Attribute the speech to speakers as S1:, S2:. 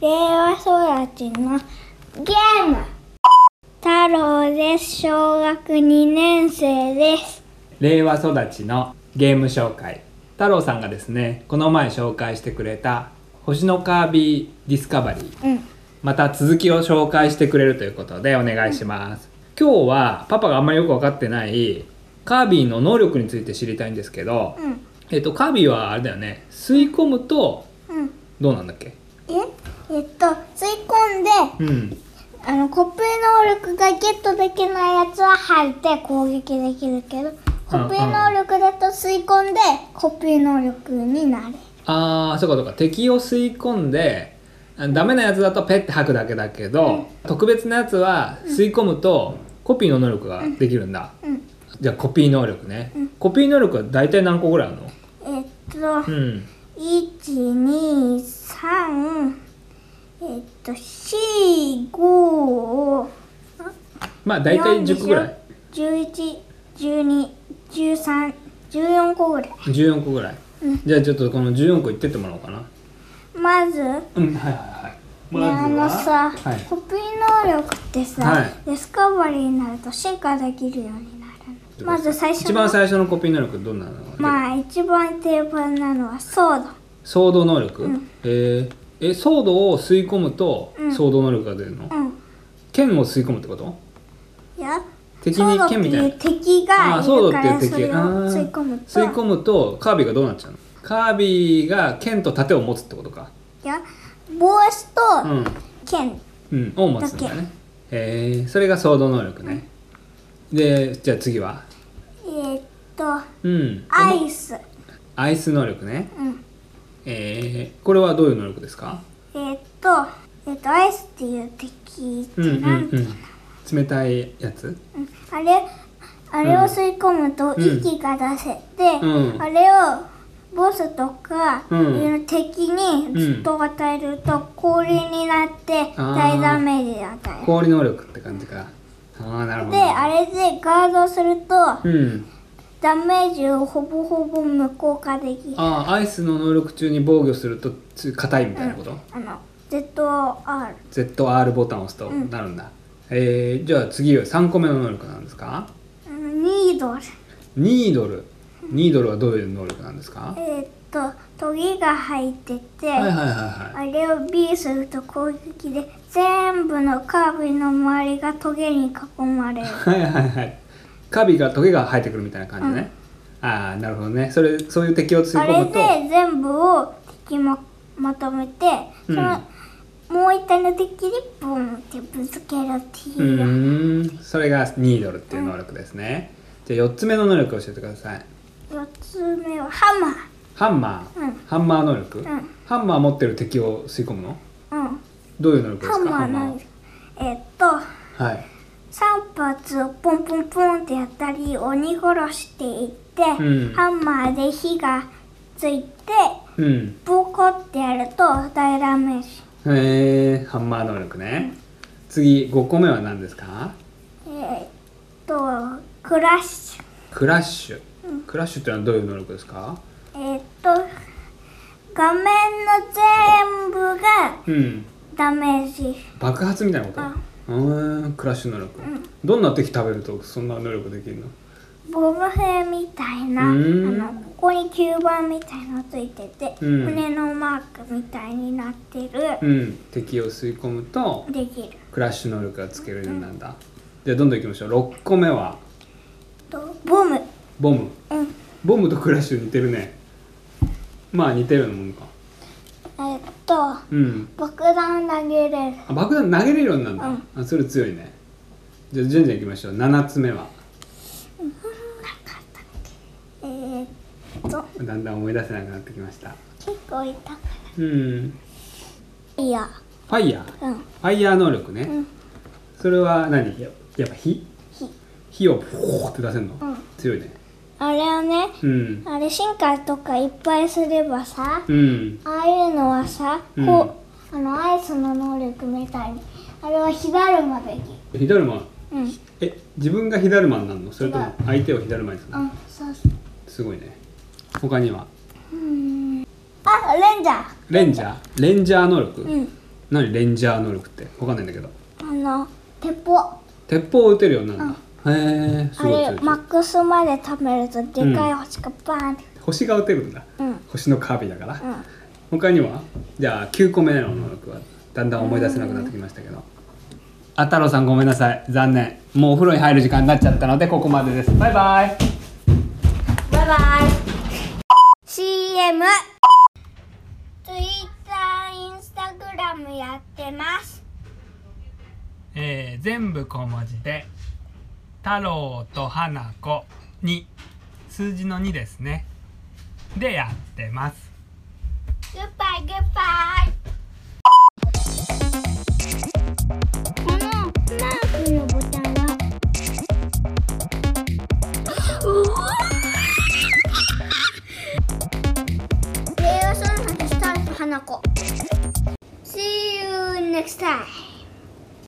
S1: 令和育ちのゲーム太郎です小学2年生です
S2: 令和育ちのゲーム紹介太郎さんがですねこの前紹介してくれた「星のカービィディスカバリー
S1: うん」
S2: また続きを紹介してくれるということでお願いします、今日はパパがあんまりよく分かってないカービィの能力について知りたいんですけど、
S1: うん
S2: えっとカービィはあれだよね吸い込むと
S1: うん
S2: どうなんだっけ
S1: ええっと吸い込んで
S2: うん
S1: あのコップ能力がゲットできないやつは吐いて攻撃できるけどコップ能力だと吸い込んでコップ能力になる
S2: あーそうかそうか敵を吸い込んであダメなやつだとペッて吐くだけだけど、特別なやつは吸い込むとコピーの能力ができるんだ、
S1: うん
S2: じゃあコピー能力ね、
S1: うん
S2: コピー能力は大体何個ぐらいあるの
S1: えっと
S2: うん
S1: 123えっと45
S2: まあ大体10個ぐらい
S1: 11121314個ぐらい
S2: 14個ぐらい、
S1: うん
S2: じゃあちょっとこの14個言ってってもらおうかな
S1: まず
S2: うんはいはい
S1: ねあのさ、
S2: はい
S1: コピー能力ってさ、
S2: はい
S1: ディスカバリーになると進化できるようになるのまず最初の
S2: 一番最初のコピー能力どんなのあ
S1: まあ一番定番なのはソー
S2: 騒動能力、えーえ騒動を吸い込むと
S1: うん
S2: 騒動能力が出るの、
S1: ドうん
S2: 剣を吸い込むってこと
S1: いや
S2: 敵
S1: ソード
S2: に
S1: って
S2: 剣みたい
S1: い
S2: な
S1: う敵が
S2: あ
S1: い
S2: ソ
S1: る
S2: ード
S1: か
S2: って
S1: らそ
S2: いう敵
S1: れを
S2: あー
S1: 吸い込むと
S2: 吸い込むとカービィがどうなっちゃうのカービィが剣と盾を持つってことか
S1: いや帽子
S2: う
S1: と
S2: ん、
S1: 剣、
S2: うん、を持つんだ
S1: だ
S2: ねへえそれが想像能力ね、でじゃあ次は
S1: えーっと
S2: うん
S1: アイス
S2: アイス能力ね
S1: うん
S2: えー、これはどういう能力ですか
S1: えーっとえーっとアイスっていう敵って
S2: うんうん
S1: なんて、
S2: うん冷たいやつ
S1: うんあれあれを吸い込むと
S2: うん
S1: 息が出せて、
S2: うん
S1: あれをボスとか
S2: うん
S1: いう敵にずっと与えると氷になって
S2: あー
S1: 大ダメージを与える。
S2: 氷能力って感じかああなるほど
S1: であれでガードすると
S2: うん
S1: ダメージをほぼほぼ無効化できる。
S2: ああアイスの能力中に防御するとつ硬いみたいなこと、
S1: あの ZR
S2: ZR ボタンを押すとなるんだ、えーじゃあ次は3個目の能力なんですか
S1: うんニードル。
S2: ニードルニードルはどういう能力なんですかは
S1: えーっと研ぎが入ってて、
S2: いはいはいは
S1: あれを B すると攻撃で全部のカービィの周りがトゲに囲まれる
S2: いはいはいはいカビがトゲが生えてくるみたいな感じね、ああなるほどねそれそういう敵を吸い
S1: あ
S2: 込
S1: れ
S2: むと
S1: で全部を敵もまとめてその、もう一体の敵にボンってぶつけるって
S2: う
S1: いう、
S2: ーんそれがニードルっていう能力ですね、じゃあ4つ目の能力を教えてください
S1: 4つ目はハンマー
S2: ハンマー、
S1: うん
S2: ハンマー能力、
S1: ん
S2: ハンマー持ってる敵を吸い込むの
S1: うん
S2: どういう能力で
S1: ハ
S2: す
S1: ン
S2: か
S1: マー
S2: ハンマ
S1: な
S2: ー
S1: んですえーっと
S2: ははい
S1: 3発をポンポンポンってやったり鬼殺していって、
S2: うん
S1: ハンマーで火がついて
S2: うん
S1: ボコってやると大ダメージ、
S2: へえハンマー能力ね、次5個目は何ですか
S1: えーっとクラッシュ
S2: クラッシュ、クラッシュってのはどういう能力ですか
S1: えーっと画面の全部が
S2: うん
S1: ダメージ
S2: 爆発みたいなこと
S1: あ
S2: うーんクラッシュ能力、どんな敵食べるとそんな能力できるの
S1: ボム兵みたいなあ
S2: うん
S1: のここに吸盤みたいのついてて、
S2: うん
S1: 胸のマークみたいになってる、
S2: うん敵を吸い込むと
S1: できる
S2: クラッシュ能力がつけるようになるんだ、じゃあどんどんいきましょう6個目は
S1: とボム
S2: ボム
S1: うん
S2: ボムとクラッシュ似てるねまあ似てるようなもんか
S1: えーっと
S2: うん
S1: 爆弾投げれる
S2: あ爆弾投げれるようになるんだ、
S1: うん
S2: あそれ強いねじゃあ順々いきましょう7つ目は
S1: えーっと
S2: だんだん思い出せなくなってきました
S1: 結構痛かっ
S2: うん
S1: たいや
S2: ファイヤー
S1: うん
S2: ファイヤー能力ね、
S1: ん
S2: それは何ややっぱ火
S1: 火
S2: 火をポーって出せるの、
S1: うん
S2: 強いね
S1: あれはね
S2: うん
S1: あれ進化とかいっぱいすればさ
S2: うん
S1: ああいうのはさ
S2: うん
S1: こう、あのアイスの能力みたいにあれは火だるまできる
S2: 火だるま
S1: うん、うん、
S2: え自分が火だるまになるのそれと
S1: 違う
S2: も相手を火だるまにするの、
S1: そうそう
S2: すごいね他には
S1: あレンジャー
S2: レンジャーレンジャー能力、
S1: うん
S2: 何レンジャー能力ってわかんないんだけど
S1: あの鉄砲
S2: 鉄砲を撃てるようになるんだへえす
S1: あ
S2: ごい
S1: れ
S2: 強い強
S1: マ
S2: い
S1: ックスまで貯めるとでかい星がバーンって
S2: 星が撃てるんだ
S1: うんうん
S2: 星のカービィだから他にはじゃあ9個目の能力はだんだん思い出せなくなってきましたけどあ太郎さんごめんなさい残念もうお風呂に入る時間になっちゃったのでここまでですバイバイ
S1: バイバイ CM ツイッターインスタグラムやってます
S2: えー全部小文字で「太郎と花子」に数字の2ですねでやってます
S1: グッバイグッバイこのマークのボタンはうわーレイオソンさんとスターと花子 See you next time